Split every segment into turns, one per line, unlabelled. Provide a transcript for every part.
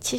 其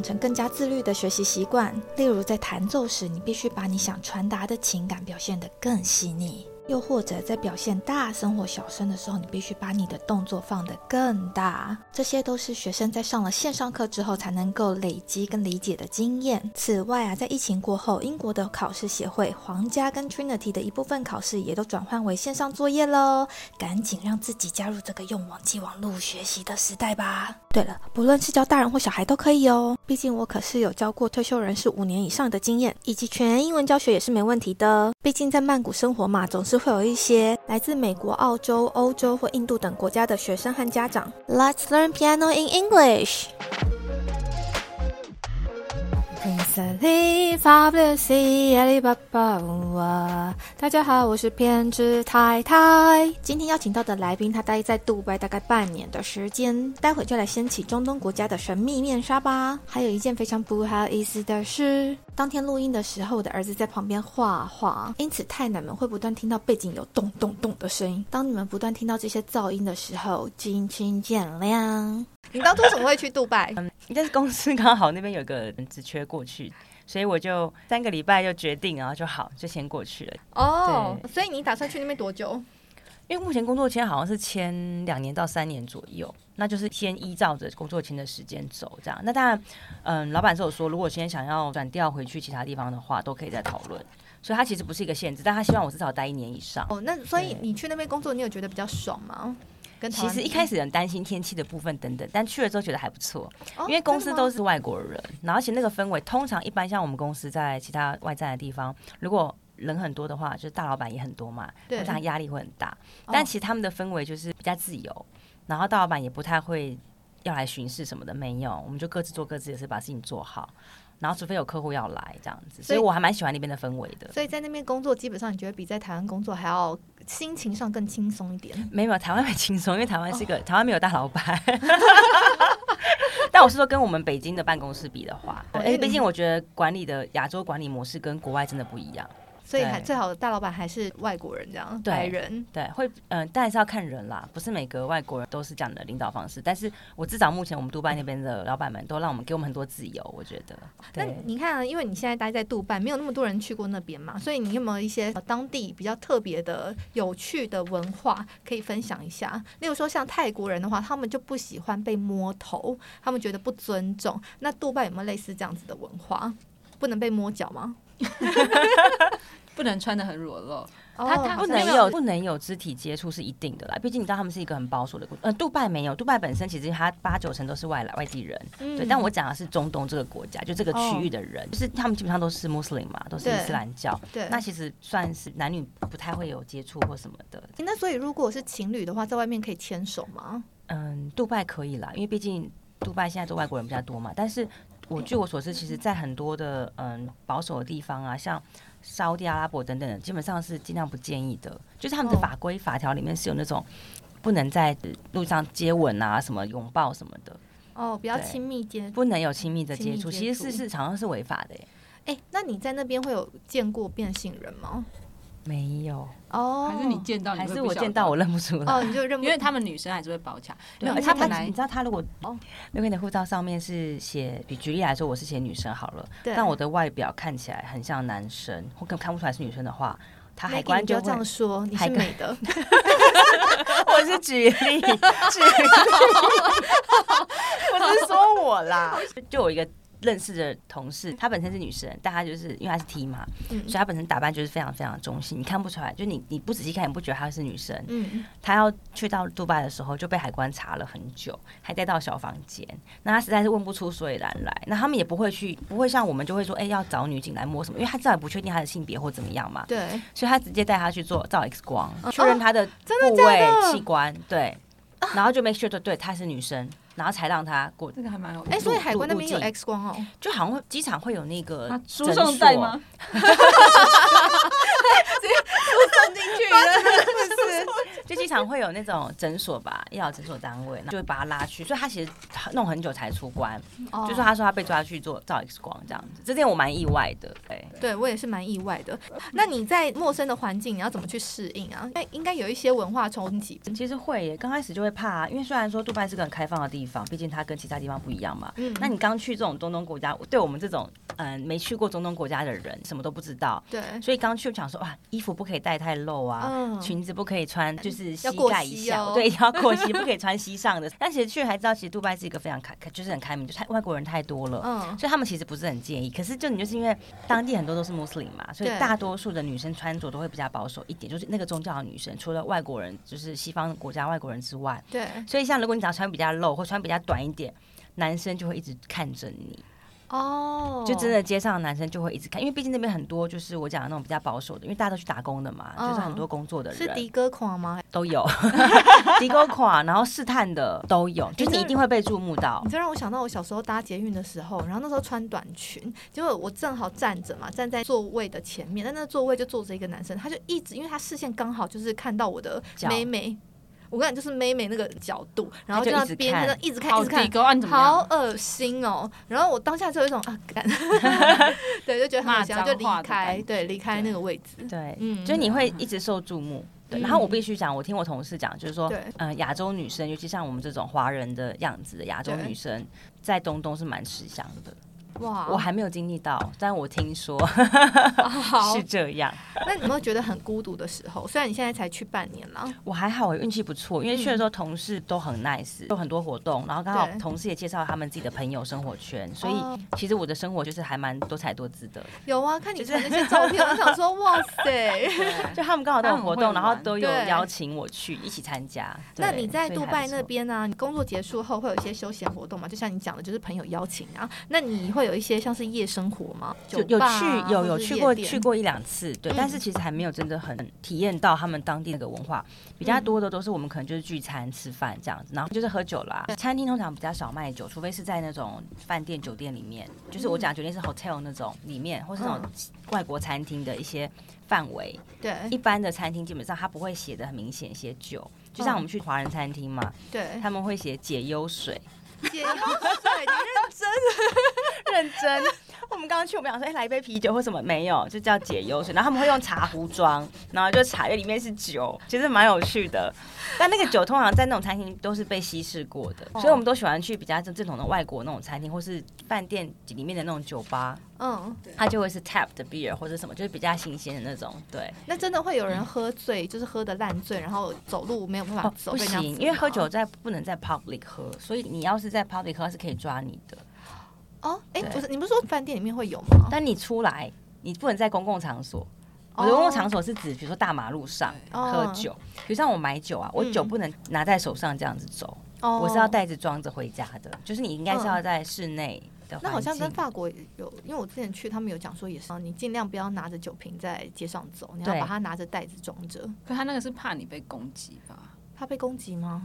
成更加自律的学习习惯。例如，在弹奏时，你必须把你想传达的情感表现得更细腻；又或者在表现大声或小声的时候，你必须把你的动作放得更大。这些都是学生在上了线上课之后才能够累积跟理解的经验。此外啊，在疫情过后，英国的考试协会、皇家跟 Trinity 的一部分考试也都转换为线上作业喽。赶紧让自己加入这个用网际网络学习的时代吧。对了，不论是教大人或小孩都可以哦，毕竟我可是有教过退休人士五年以上的经验，以及全英文教学也是没问题的。毕竟在曼谷生活嘛，总是会有一些来自美国、澳洲、欧洲或印度等国家的学生和家长。Let's learn piano in English. Prince Ali, Fabulous, Alibaba, 哇啊大家好，我是偏执太太。今天邀请到的来宾，他待在杜拜大概半年的时间，待会就来掀起中东国家的神秘面纱吧。还有一件非常不好意思的事，当天录音的时候，我的儿子在旁边画画，因此太奶们会不断听到背景有咚咚咚的声音。当你们不断听到这些噪音的时候，请请见谅。你当初怎么会去杜拜？
但是公司刚好那边有个人职缺过去，所以我就三个礼拜就决定，然后就好就先过去了。
哦，
对
所以你打算去那边多久？
因为目前工作签好像是签两年到三年左右，那就是先依照着工作签的时间走这样。那当然，嗯，老板是有说，如果现在想要转调回去其他地方的话，都可以再讨论。所以他其实不是一个限制，但他希望我至少待一年以上。
哦，那所以
对
你去那边工作，你有觉得比较爽吗？跟台
其
湾嗯
实一开始很担心天气的部分等等，但去了之后觉得还不错。
比，哦
因为公司
真的吗
都是外国人，然后而且那个氛围，通常一般像我们公司在其他外站的地方，如果人很多的话，就是大老板也很多嘛，
对
通常压力会很大。
哦
但其实他们的氛围就是比较自由，然后大老板也不太会要来巡视什么的，没有，我们就各自做各自的事，把事情做好。然后除非有客户要来这样子，所
所以
以我还蛮喜欢那边的氛围的。
所以在那边工作，基本上你觉得比在台湾工作还要心情上更轻松一点。
没有没有台湾很轻松，因为台湾是一
哦
个、台湾没有大老板。 但我是说，跟我们北京的办公室比的话，
哦
而
因为
且
你
毕竟我觉得管理的亚洲管理模式跟国外真的不一样。
所以还
对
最好的大老板还是外国人这样，
对
白人。
对，会嗯、呃，但还是要看人啦，不是每个外国人都是这样的领导方式。但是我至少目前我们杜拜那边的老板们都让我们给我们很多自由，我觉得。
那
对，
你看、啊，因为你现在待在杜拜，没有那么多人去过那边
嗯
嘛，所以你有没有一些呃当地比较特别的、有趣的文化可以分享一下？例如说，像泰国人的话，他们就不喜欢被摸头，他们觉得不尊重。那杜拜有没有类似这样子的文化？不能被摸脚吗？
不能穿的很裸露。
他
他
不
好像
能
没
有
有
不能有肢体接触是一定的啦，毕竟你知道他们是一个很保守的国，呃，杜拜没有，杜拜本身其实它八九成都是外来外地人，对，
嗯
但我讲的是中东这个国家，就这个区域的人，就是他们基本上都是穆斯林嘛，都是伊斯兰教，
哦对
那其实算是男女不太会有接触或什么的。
那所以如果是情侣的话，在外面可以牵手吗？
嗯，杜拜可以啦，因为毕竟杜拜现在都外国人比较多嘛。但是我据我所知，其实，在很多的嗯保守的地方啊，像沙地阿拉伯等等的，基本上是尽量不建议的。就是他们的
哦
法规法条里面是有那种不能在路上接吻啊、什么拥抱什么的，
哦，比较
对
亲密接触。
不能有亲密的
亲密
接触。
接
其实是
触
是好像是违法的耶。
哎、那你在那边会有见过变性人吗？
没有，
哦，
还是你见到你
还
会不
是我
晓得
见到我认不出来。
哦，你就认不
因为他们女生还是会包卡，
对，
没
而
有
且
他
他
本来
你知道，他如果
哦
那个你的护照上面是写，比举例来说，我是写女生好了，
对
但我的外表看起来很像男生，或根本看不出来是女生的话，他海
Maggie，
关
你不要
就
这
会。
样说，你
海
是
关
美的。
我是举例，举 例，我是说我啦，就有一个。认识的同事，她本身是女生，但她就是因为她是 T 嘛，
嗯
所以她本身打扮就是非常非常中性，你看不出来，就你你不仔细看，你不觉得她是女生。
嗯，
她要去到杜拜的时候就被海关查了很久，还带到小房间。那她实在是问不出所以然来，那他们也不会去，不会像我们就会说，哎、要找女警来摸什么，因为她至少也不确定她的性别或怎么样嘛，
对，
所以她直接带她去做照 X 光，
哦
确认她的
真
部
的假
位、
的？
器官，对，然后就 make sure 的对她是女生，然后才让她过
这个还蛮有。
哎、所以海关那边有
入入
X 光哦，
就好像会机场会有那个
啊
诊
输
所
送带吗？？
进去了，
就机场会有那种诊所吧，医疗诊所单位，然后就会把他拉去，所以他其实弄很久才出关。
哦
就说他说他被抓去做照 X 光这样子，这点我蛮意外的。哎，
对我也是蛮意外的。那你在陌生的环境，你要怎么去适应啊？那应该有一些文化冲击。
其实会耶，刚开始就会怕、啊，因为虽然说杜拜是个很开放的地方，毕竟它跟其他地方不一样嘛。
嗯，
那你刚去这种中东国家，对我们这种嗯、没去过中东国家的人，什么都不知道，
对，
所以刚去就想说哇，衣服不可以带太露啊，
嗯
裙子不可以穿，就是膝
要过
盖以
膝
下，
哦
对，一定要过 膝，不可以穿膝上的。但其实去了才知道，其实杜拜是一个非常开，就是很开明，就太外国人太多了。
嗯，
所以他们其实不是很介意，可是就你就是因为当地很多都是穆斯林嘛，所以
对
大多数的女生穿着都会比较保守一点，就是那个宗教的女生，除了外国人，就是西方国家外国人之外，
对，
所以像如果你只要穿比较露或穿比较短一点，男生就会一直看着你。
哦，
就真的街上的男生就会一直看，因为毕竟那边很多就是我讲的那种比较保守的，因为大家都去打工的嘛，
嗯
就是很多工作的
是
人
的哥狂吗？
都 有， 迪沟垮，然后试探的都有，就你一定会被注目到
你。哦这让我想到我小时候搭捷运的时候，然后那时候穿短裙，结果我正好站着嘛，站在座位的前面，但那座位就坐着一个男生，他就一直因为他视线刚好就是看到我的
脚
妹妹，我跟你讲就是妹妹那个角度，然后
他就
这样
一直
边
看哦
他就一直看一
好
直看
地，沟啊，你怎 么样
好恶心哦！然后我当下就有一种啊， 感，对，就觉得很恶心，然
骂
后就
脏
离
话的感
开，
觉
对，离开那个位置，
对，
嗯
就是你会一直受注目。
嗯
对，然后我必须讲，我听我同事讲，就是说
对，
嗯，亚洲女生，尤其像我们这种华人的样子的亚洲
对
女生，在东东是蛮吃香的。
哇，
我还没有经历到，但我听说
好
是。这样。
那你有没有觉得很孤独的时候？虽然你现在才去半年了，
我还好，我运气不错，因为去的时候同事都很 nice，有很多活动，然后刚好
嗯对
同事也介绍他们自己的朋友生活圈，所
哦
以其实我的生活就是还蛮多彩多姿的。
有啊，看你传那些照片，我想 说，哇塞！
对
就他们刚好都有活动，
他们会
然
玩
后都有
对
邀请我去一起参加。对
那你在
所以
杜
还
拜
不错
那边呢、你工作结束后会有一些休闲活动嘛？就像你讲的，就是朋友邀请啊。那你会有一些像是夜生活吗？
有
酒
有
吧
去
啊
有
或
有
是
去
夜
过
店
去过一两次，对，
嗯
但是其实还没有真的很体验到他们当地那个文化，
嗯
比较多的都是我们可能就是聚餐吃饭这样子，然后就是喝酒啦。餐厅通常比较少卖酒，除非是在那种饭店酒店里面，就是
嗯
我讲酒店是 hotel 那种里面，或是那种外国餐厅的一些范围。
对
一般的餐厅基本上它不会写的很明显写酒，就像我
嗯
们去华人餐厅嘛，
对，
他们会写解忧水，
解忧水，
认真。我们刚刚去，我们想说，哎、来一杯啤酒或什么？没有，就叫解忧水。然后他们会用茶壶装，然后就茶叶里面是酒，其实蛮有趣的。但那个酒通常在那种餐厅都是被稀释过的，所以我们都喜欢去比较正正统的外国那种餐厅，或是饭店里面的那种酒吧，
嗯，
它就会是 tap 的 beer 或者什么，就是比较新鲜的那种。对，
那真的会有人喝醉，就是喝的烂醉，然后走路没有办法走，
哦不
被人家
行，
扶
因为喝
吗
酒在不能在 public 喝，所以你要是在 public 喝是可以抓你的，
哦，哎，
对
不是，你不是说饭店里面会有吗？
但你出来你不能在公共场所。我的公共场所是指，比如说大马路上喝
哦
酒，比如像我买酒啊，我酒
嗯
不能拿在手上这样子走，
哦，嗯
我是要。袋子装着回家的，就是你应该是要在室内的环境。
那好像跟法国有，因为我之前去，他们有讲说也是，你尽量不要拿着酒瓶在街上走，你要
对
把它拿着袋子装着。
可他那个是怕你被攻击吧？
怕被攻击吗？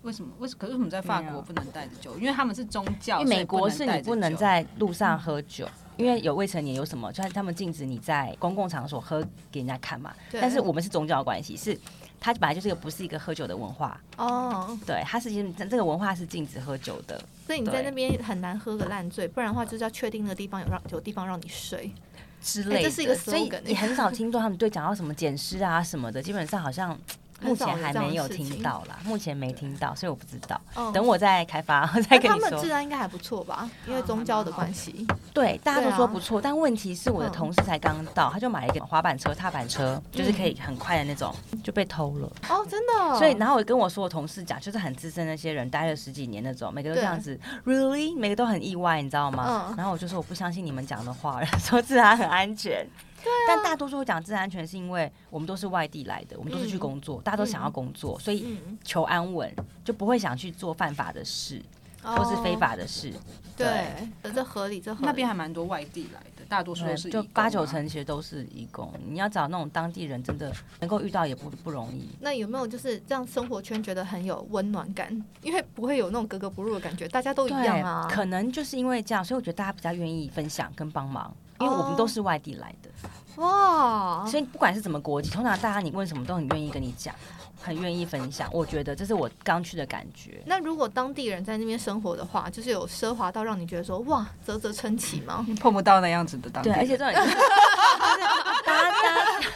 为什么？为什么？可是我们在法
没有
国不能带着酒，因为他们是宗教，
因为美国是
所以带
你
着
不能
酒
在路上喝酒。
嗯
因为有未成年有什么，就是他们禁止你在公共场所喝给人家看嘛。
对
但是我们是宗教关系，是它本来就是一个不是一个喝酒的文化，
哦，
对，它是这个文化是禁止喝酒的。
所以你在
对
那边很难喝个烂醉，不然的话就是要确定那个地方有让有地方让你睡。
之
哎
类
这
的，
是一个
所以
slogan
也很少听说他们对讲到什么捡尸啊什么的，基本上好像目
很少
前
有
还
这样
没
的
有
事
听
情
到啦，目前没听到，所以我不知道。
嗯
等我再开发 再
那
跟
哎他
你
们治
说。
安应该还不错吧？因为宗教的关系，
对，大家
对
都
啊
说不错，但问题是我的
嗯
同事才刚到，他就买了一个滑板车、踏板车，就是可以很快的那种，就被偷了。
哦，真的嗯哦，
所以，然后我跟我所有同事讲，就是很资深那些人，待了十几年那种，每个都这样子，really，每个都很意外，你知道吗？
嗯
然后我就说我不相信你们讲的话， 说治安很安全。
啊
但大多数讲治安安全，是因为我们都是外地来的，我们都是去
嗯
工作，大家都想要工作，所以
嗯，
求安稳，就不会想去做犯法的事或是非
哦，
法的事。
对，这合理，这合理
那边还蛮多外地来的，大多数都是
对，嗯就
移工啊
八九。成其实都是义工，你要找那种当地人，真的能够遇到也不不容易。
那有没有就是让生活圈觉得很有温暖感？因为不会有那种格格不入的感觉，大家都一
对，
样啊。
可能就是因为这样，所以我觉得大家比较愿意分享跟帮忙，因为我们
哦
都是外地来的，
哇，
所以不管是什么国籍，通常大家你问什么都很愿意跟你讲，很愿意分享。我觉得这是我刚去的感觉。
那如果当地人在那边生活的话，就是有奢华到让你觉得说哇啧啧称奇 吗？
碰不到那样子的当地
对，
人，
而且这 种大家大家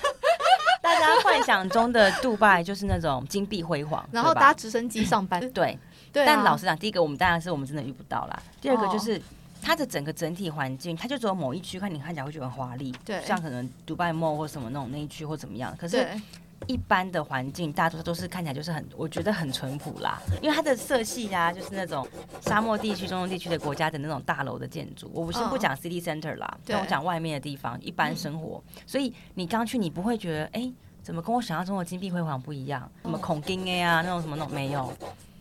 大家幻想中的杜拜就是那种金碧辉煌，
然后
对吧
搭直升机上班，
对，
对啊、
但老实讲，第一个我们当然是我们真的遇不到啦。第二个
哦
就是。它的整个整体环境，它就只有某一区块，你看起来会觉得很华丽，
对
像可能 Dubai Mall 或什么那种那一区或怎么样。可是，
对
一般的环境，大多都是看起来就是很，我觉得很淳朴啦。因为它的色系啊，就是那种沙漠地区、中东地区的国家的那种大楼的建筑。我不先
嗯
不讲 City Center 啦，
对
但我讲外面的地方，一般生活。所以你刚去，你不会觉得，哎、怎么跟我想象中的金碧辉煌不一样？什么孔丁 A 啊，那种什么那种没有。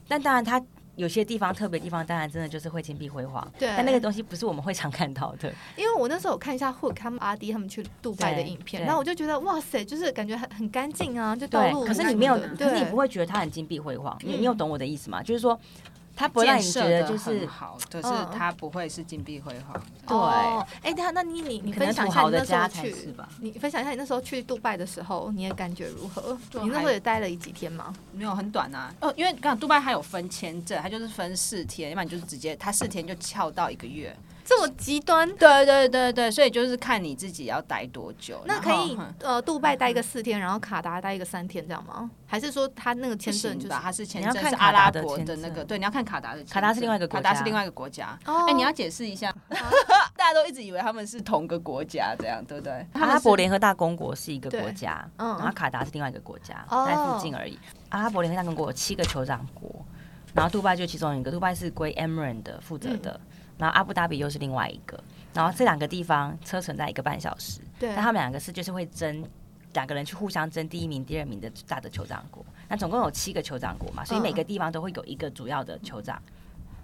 但当然，它有些地方特别地方，当然真的就是会金碧辉煌。
对
但那个东西不是我们会常看到的。
因为我那时候有看一下 Hook 他们阿迪他们去杜拜的
对
影片，
对
然后我就觉得哇塞，就是感觉很很干净啊，就道
对
路，
可是
什
你
么
没有，
的
可是你
对
不会觉得它很金碧辉煌。你
嗯
你有懂我的意思吗？就是说，它不会让
建
你觉
设
得
的
就是
好，可是
嗯
它不会是金碧辉煌。
对
哦哎、那那你你你
可能
分享一
土
下你
豪的
那时候
家才是
去，啊
吧？
你分享一下你那时候去杜拜的时候，你的感觉如何？
就
你那时候
还
也待了几天吗？
没有很短啊，哦，因为刚好杜拜它有分签证，它就是分四天，要不然你就是直接它四天就翘到一个月。
这么极端？
对对对对，所以就是看你自己要待多久。
那
然
可
后
以
嗯
呃，杜拜待一个四天，然后卡达待一个三天，这样吗？还是说他那个签证
不
就
行
是
吧？它嗯是签
你要
证
看
是
卡
阿
达
拉
的
伯
签
的那个，
证
对，你要看卡达的签证。
卡达是另外一个国
卡达是
家
另外一个国家。
哦
哎、你要解释一下， 大家都一直以为他们是同个国家，这样对不对？
阿
他
拉
们
伯
是
联合大公国是一个
对
国家，
嗯
然后卡达是另外一个国家，
哦
在附近而已。啊阿拉伯联合大公国有七个酋长国，然后杜拜就其中一个，杜拜是归 Emirates 的负
嗯
责的，然后阿布达比又是另外一个，然后这两个地方车程在一个半小时，
对
但他们两个是就是会争。两个人去互相争第一名、第二名的大的酋长国，那总共有七个酋长国嘛，所以
嗯
每个地方都会有一个主要的酋长。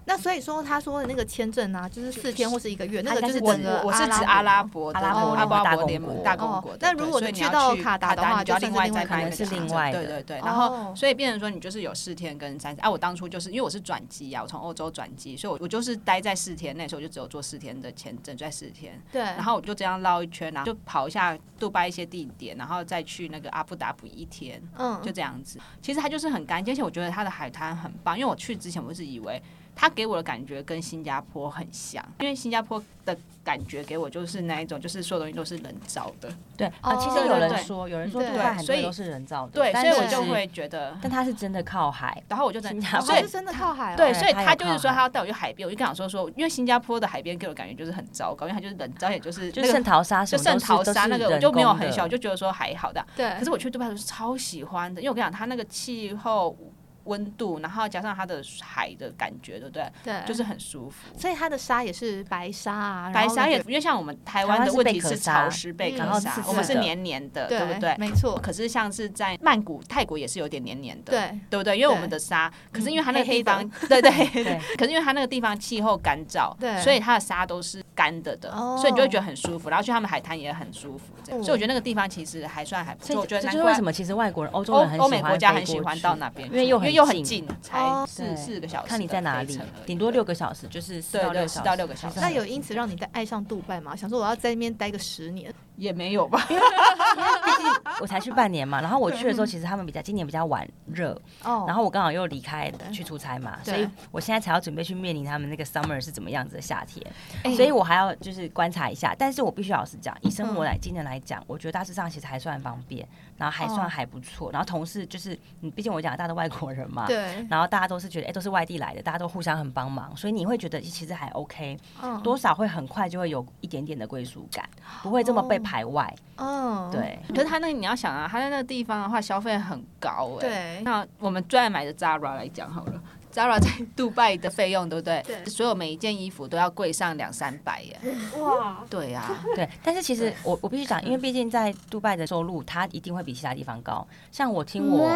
那所以说他说的那个签证啊，就是四天或是一个月，那个
他
就
应该是
我
整个
我是指
阿
阿拉伯的
阿拉
伯
阿
联
合大
拉
公
伯联盟
国
大公
哦
国的。
那
对
如果
所以你
去
要
到
去
卡达
卡
的话
你就要
就
另
算
外
是
再
另外一
买
个
那个
国家
签
是另外
证
的
对对对。
哦
然后所以变成说你就是有四天跟三天啊。我当初就是因为我是转机啊，我从欧洲转机，所以我我就是待在四天，那时候就只有做四天的签证，就在四天。
对，
然后我就这样绕一圈，然啊后就跑一下杜拜一些地点，然后再去那个阿布达比一天。
嗯，
就这样子。其实它就是很干净，而且我觉得它的海滩很棒，因为我去之前我一直以为它给我的感觉跟新加坡很像，因为新加坡的感觉给我就是那一种，就是所有东西都是人造的，
对啊，
哦
其实有
对对
人
对
说，有人说
对
杜拜很多
所以
都是人造的，
对，
但
所以我
其
就
实
会觉得，
但它是真的靠海，
然后我就在
新加
哦
坡
所
他
以
是真的靠海哦，
对，
对
所以
它有
他就是
靠
说
海
他要带我去海边，我就跟他说说，因为新加坡的海边给我的感觉就是很糟糕，因为它就是人造，而且就是
就
那
圣
个。
淘沙什
就
么都
圣
是
淘沙那个，我就没有很喜欢，我
就
就觉得说还好的。
对
可是我去杜拜的时候超喜欢的，因为我跟你讲，它那个气候、温度，然后加上它的海的感觉，对不对？
对，
就是很舒服。
所以它的沙也是白沙啊，
白沙也
然，后
因为像我们台湾的问
台湾
题
是贝壳
是
沙
潮湿贝壳
嗯然后
沙
刺，刺
我们是
的
黏黏的，
对
对不对？
没错，
可是像是在曼谷、泰国也是有点黏黏的，
对
对不对？因为
对
我们的沙，可是因为它那个
黑黑
地
的
方，对对
对
对，可是因为它那个地方气候干燥，
对
所以它的沙都是干的的，
哦
所以你就会觉得很舒服。然后去他们海滩也很舒服，这样。
哦
所以我觉得那个地方其实还算还不
所
错。我
以
觉
这
得
就
难
是
怪
为什么其实外国人、欧洲
欧
人很
欧
喜
美
欢
国家
飞
很喜
过
欢
去
到那边去，
因为又
因
很
为又很
近，
近，才
哦
四四个小时的飞程而已。
看你在哪里，顶多六个小时，就是四到
对
六
对
小
四
时。
到六个小时
那有因此让你爱上杜拜吗？想说我要在那边待个十年，
也没有吧？
因为毕我才去半年嘛，然后我去的时候，其实他们比较今年比较晚热，
哦，
然后我刚好又离开去出差嘛，
对
所以我现在才要准备去面临他们那个 summer 是怎么样子的夏天，
哎
所以我还要就是观察一下。但是我必须老实讲，以生活来今年来讲，我觉得大致上其实还算方便，然后还
哦
算还不错。然后同事就是你，毕竟我讲的大家都外国人嘛，
对，嗯
然后大家都是觉得哎、都是外地来的，大家都互相很帮忙，所以你会觉得其实还 OK，
嗯，
多少会很快就会有一点点的归属感，不会这么被
哦
排外。
嗯，
对，
可是他那个你要想啊，他在那个地方的话，消费很高哎、
对
那我们最爱买的 Zara 来讲好了，Zara 在杜拜的费用，对不对？
对
所有每一件衣服都要贵上两三百耶。
哇，
对呀、啊，
对，但是其实我我必须讲，因为毕竟在杜拜的收入，它一定会比其他地方高。像我听我，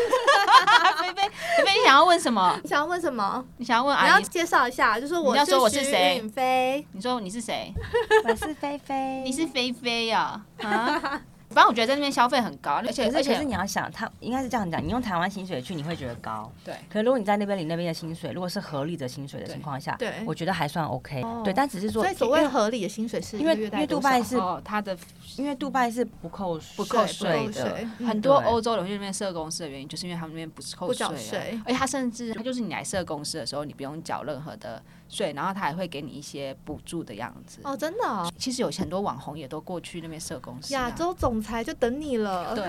菲菲，菲菲，你想要问什么？
你想要问什么？
你想要问
啊
你要
阿姨？
介绍一下，就是我
你要说我是
徐
谁
允飞，
你说你是谁？
我是菲菲，
你是菲菲呀、啊？ 反正我觉得在那边消费很高，而且
可是
而
可是
且
你要想，他应该是这样讲，你用台湾薪水去，你会觉得高。
对
可是如果你在那边领那边的薪水，如果是合理的薪水的
对
情况下，
对
我觉得还算 OK、
哦
对，但只是说，
所以所
因
谓
为
合理的薪水是一
因
个
为
月
因
大概
为杜
多少
拜是
哦，他的
因为杜拜是不扣不
扣
不
税
扣
的
税，
很多
对
欧洲人去那边设公司的原因，就是因为他们那边不是
嗯
扣
不
税、啊，
缴税
而且他甚至他就是你来设公司的时候，你不用缴任何的税，然后他还会给你一些补助的样子。
哦，真的哦、
啊
其实有很多网红也都过去那边设公司、啊。
亚洲总裁就等你了。
对，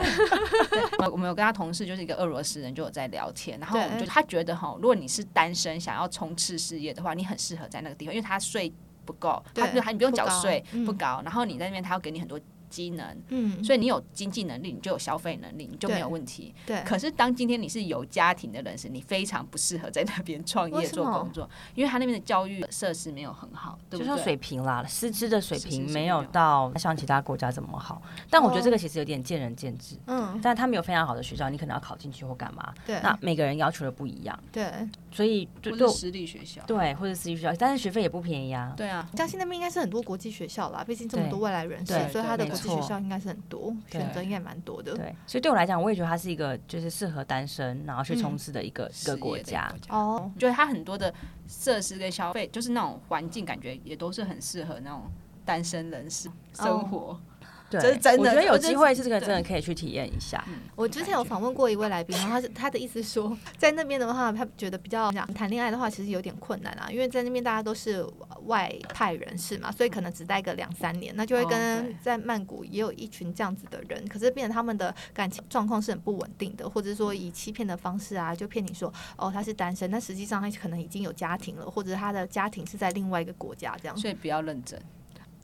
对我们有跟他同事就是一个俄罗斯人，就有在聊天，然后我们
对
就他觉得哈，如果你是单身想要冲刺事业的话，你很适合在那个地方，因为他税不够，他
对
他你不用
不
缴
高
税
嗯
不高，然后你在那边他要给你很多机能，
嗯，
所以你有经济能力，你就有消费能力，你就没有问题。
对，
可是当今天你是有家庭的人时，你非常不适合在那边创
为
业
什
做
么
工作，因为他那边的教育设施没有很好，对
就
不
说
对？
水平啦，师资的水
是是
平
是
没
没
有
有
到像其他国家这么好。但我觉得
哦
这个其实有点见仁见智。
嗯，
但他们有非常好的学校，你可能要考进去或干嘛。
对
那每个人要求的不一样，
对，
所以就对
或是
我
私立学校，
对或者私立学校，但是学费也不便宜啊。
对啊，
江西那边应该是很多国际学校啦，毕竟这么
对
多外来人士
对，
所以他的国
对
际
没
学
错
校应该是很多，
对
选择应该蛮多的。
对，所以对我来讲，我也觉得它是一个就是适合单身然后去冲
嗯
刺的一个、一
事业
个
的
国家。
哦，
就是它很多的设施跟消费，就是那种环境，感觉也都是很适合那种单身人士
哦
生活。
对，
这是真
我
的
觉得
这
有
这
机
是
会是这个
对
真的可以去体验一下。
我之前有访问过一位来宾，然后他是他的意思说，在那边的话，他觉得比较讲谈恋爱的话，其实有点困难啊，因为在那边大家都是外派人士嘛，所以可能只待个两三年，那就会
哦
跟
对
在曼谷也有一群这样子的人，可是变成他们的感情状况是很不稳定的，或者说以欺骗的方式啊，就骗你说哦他是单身，但实际上他可能已经有家庭了，或者他的家庭是在另外一个国家这样。
所以不要认真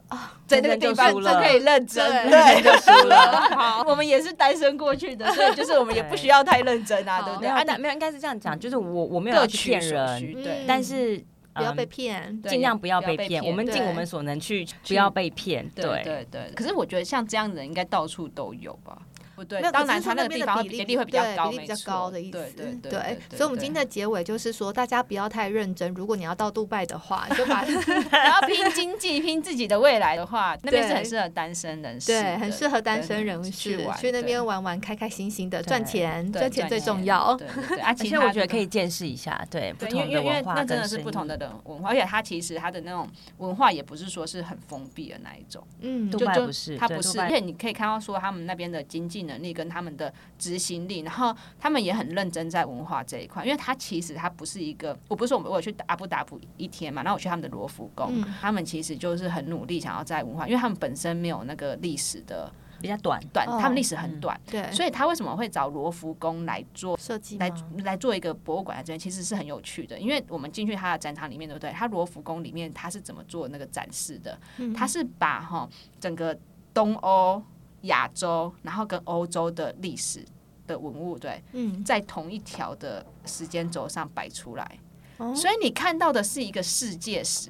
啊，
在那个地方
认真就输
真
了
可以认真，
对
对，就输了。好，我们也是单身过去的，所以就是我们也不需要太认真啊，
对
对不
没
对？
有，
啊，
但没有，应该是这样讲，就是我我没
你
有要
各
去
取
骗
所
人，嗯
需，对。
但是
不要被
嗯
骗，
对
尽量不要
不要
被
被
骗，我
骗
们尽我
对
们所能去，不要被骗。
对对对，可是我觉得像这样的人应该到处都有吧？不对
没有，，
当
可
然
是说
他
那
那个
边
地
的
方
比例
比例会比较
对
高，
比例比较
没错
高的意思。
对对对
对，所以我们今天的结尾就是说，大家不要太认真。如果你要到杜拜的话，就 把
然后拼经济、拼自己的未来的话，那边是
对
很适合单身人士的，
对，很适合单身人士
去玩
去那边
对
玩玩，开开心心的
对
赚钱，
对
赚钱最重要。
对 对对，啊，
而且
其实
我觉得可以。见识一下，对不
对，因为
同
因
的
为因为
文化
那真
跟
的是
生
不同
意
的人文化，而且它其实它的那种文化也不是说是很封闭的那一种，
嗯
杜
就
拜
就
不是
它
对
不
杜
是，
拜
而且你可以看到说他们那边的经济能力跟他们的执行力，然后他们也很认真在文化这一块，因为它其实它不是一个，我不是说我们我有去阿布达布一天嘛，然后我去他们的罗浮宫，
嗯
他们其实就是很努力想要在文化，因为他们本身没有那个历史的
比较短。
短，
哦
他们历史
嗯
很短，
对，
所以他为什么会找罗浮宫来做
设计
来
吗
来做一个博物馆在这边，其实是很有趣的，因为我们进去它的展场里面，对不对？它罗浮宫里面它是怎么做那个展示的？
嗯
它是把哈整个东欧、亚洲，然后跟欧洲的历史的文物，对，
嗯，
在同一条的时间轴上摆出来，
哦
所以你看到的是一个世界史。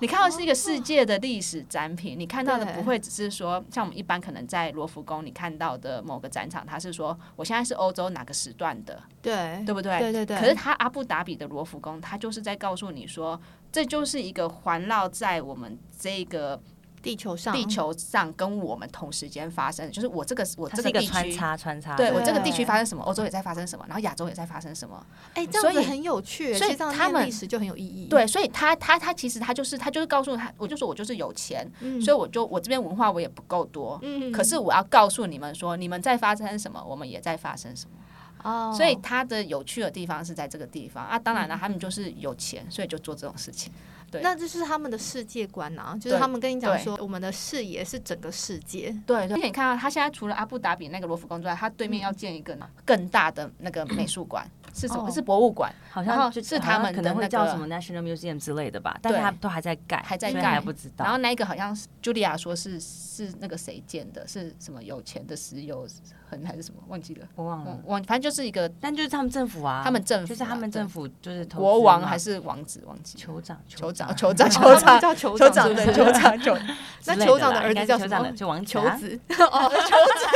你看到的是一个世界的历史展品，你看到的
对
不会只是说像我们一般可能在罗浮宫你看到的某个展场，它是说我现在是欧洲哪个时段的，
对
对不对？
对对对，
可是他阿布达比的罗浮宫，他就是在告诉你说，这就是一个环绕在我们这个
地球上，
地球上跟我们同时间发生的，就是我这个我
它
这
是一个
地
穿
区。
插穿插，
对
对
我这个地区发生什么，欧洲也在发生什么，然后亚洲也在发生什么。
哎，这
所
样子
以
很有趣，
所以
其实这样
他
念
们
历史就很有意义。
对，，所以他他他其实他就是他就是告诉他，我就说我就是有钱，
嗯
所以我就我这边文化我也不够多，
嗯
可是我要告诉你们说，你们在发生什么，我们也在发生什么。
哦，
所以它的有趣的地方是在这个地方啊。当然了，他们就是有钱，所以就做这种事情。对
那这是他们的世界观啊，就是他们跟你讲
对
说，我们的视野是整个世界。
对对，而且你看到他现在除了阿布达比那个罗浮宫之外，他对面要建一个更大的那个美术馆，是什么？
哦
是博物馆。
好
然后
像就是好
他
像
们
可
的
能会
那
叫
个
什么 National Museum 之类的吧，但是
对
它都还在盖，
还在
所以
盖
还不知道。
然后那一个好像是茱莉亚说是是那个谁建的，是什么有钱的石油很还是什么忘记了，
我忘了
我，忘反正就是一个
但就是他们政府啊，
嗯他们政府啊
就是他们
对
政府就是投资
国王
嘛
还是王子忘记了，
酋长，
酋长
啊
酋长
哦
酋
他们
长
叫酋
酋
长
长
是不
对
是，
酋长酋长
那
之类的
酋长的
啦
儿子
应该
叫
是
什
酋长的
么嗯
就王子啊
球子哦，球子，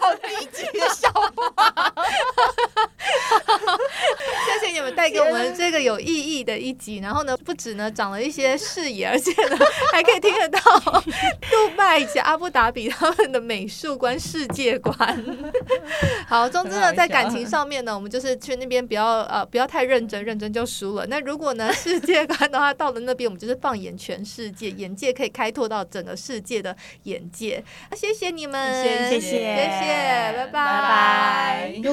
好低级的笑话。谢谢你们带给我
啊
们这个有意义的一集，然后呢，不止呢长了一些视野，而且呢还可以听得到杜拜以及阿布达比他们的美术观、世界观。 好，总之
很好
呢，
笑
在感情上面呢，我们就是去那边不要呃不要太认真，认真就输了。那如果呢世界观的话，到了那边我们就是放眼全世界，眼界可以开拓到整个世界的眼界。那谢谢你们，
谢谢
谢谢，拜拜，
拜拜。
如